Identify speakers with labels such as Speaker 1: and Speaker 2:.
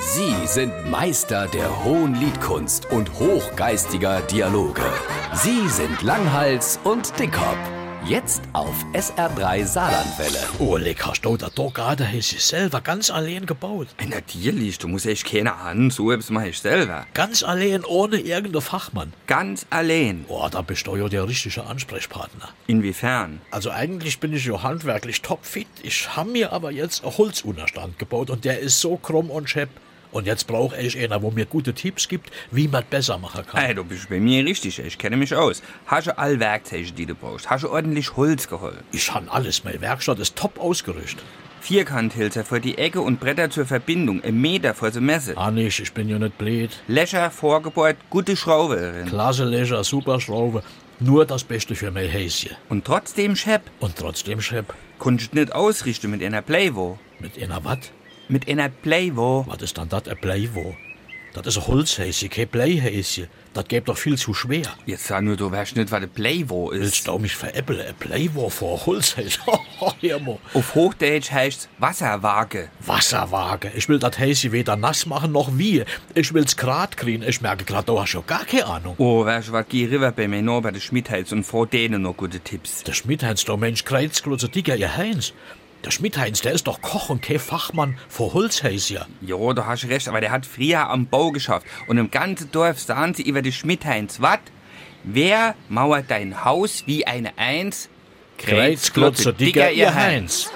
Speaker 1: Sie sind Meister der hohen Liedkunst und hochgeistiger Dialoge. Sie sind Langhals und Dickhop. Jetzt auf SR3 Saarlandwelle.
Speaker 2: Oleg, hast du da doch gerade hast du selber ganz allein gebaut?
Speaker 3: Ey, Natürlich, du musst echt keine an, so etwas mach ich selber.
Speaker 2: Ganz allein, ohne irgendeinen Fachmann.
Speaker 3: Ganz allein.
Speaker 2: Boah, da bist du ja der richtige Ansprechpartner.
Speaker 3: Inwiefern?
Speaker 2: Also eigentlich bin ich ja handwerklich topfit. Ich habe mir aber jetzt einen Holzunterstand gebaut und der ist so krumm und schepp. Und jetzt brauche ich einer, wo mir gute Tipps gibt, wie man besser machen kann.
Speaker 3: Ey, du bist bei mir richtig, ich kenne mich aus. Hast du all Werkzeuge, die du brauchst? Hast du ordentlich Holz geholt?
Speaker 2: Ich habe alles. Meine Werkstatt ist top ausgerüstet.
Speaker 3: Vierkanthilzer für die Ecke und Bretter zur Verbindung, ein Meter für die Messe.
Speaker 2: Ah nicht, ich bin ja nicht blöd.
Speaker 3: Lächer vorgebohrt, gute Schraube drin.
Speaker 2: Klasse Leisure, super Schraube. Nur das Beste für mein Häschen.
Speaker 3: Und trotzdem, Chef,
Speaker 2: Und trotzdem, Chef,
Speaker 3: konntest nicht ausrichten mit einer Playwo.
Speaker 2: mit einer wat?
Speaker 3: Mit einer Playwo.
Speaker 2: Was ist dann das ein Bleiwo? Das ist ein Holzhäschen, kein Bleihäschen. Das gäbe doch viel zu schwer.
Speaker 3: Jetzt sag nur, du weißt nicht, was eine Playwo
Speaker 2: Willst
Speaker 3: ist.
Speaker 2: du mich veräppeln? Ein Bleiwo vor Holzhäschen? Hör mal.
Speaker 3: Auf Hochdeutsch heißt's Wasserwaage.
Speaker 2: Wasserwaage. Ich will das Häschen weder nass machen noch wie. Ich will's grad kriegen. Ich merke grad, du hast ja gar keine Ahnung.
Speaker 3: Oh, weißt du was, geh rüber bei mir noch bei der Schmidhals und vor denen noch gute Tipps.
Speaker 2: Der Schmidheinz, der Mensch, kreuzgroßer Dicker, ihr Heinz. Der Schmidheinz, der ist doch Koch und kein Fachmann vor Holzhäschen.
Speaker 3: Jo, du hast recht, aber der hat früher am Bau geschafft. Und im ganzen Dorf sahen sie über die Schmidhals, wat? Wer mauert dein Haus wie eine Eins?
Speaker 2: Kreuzklotzer, Dicker, ihr Heinz.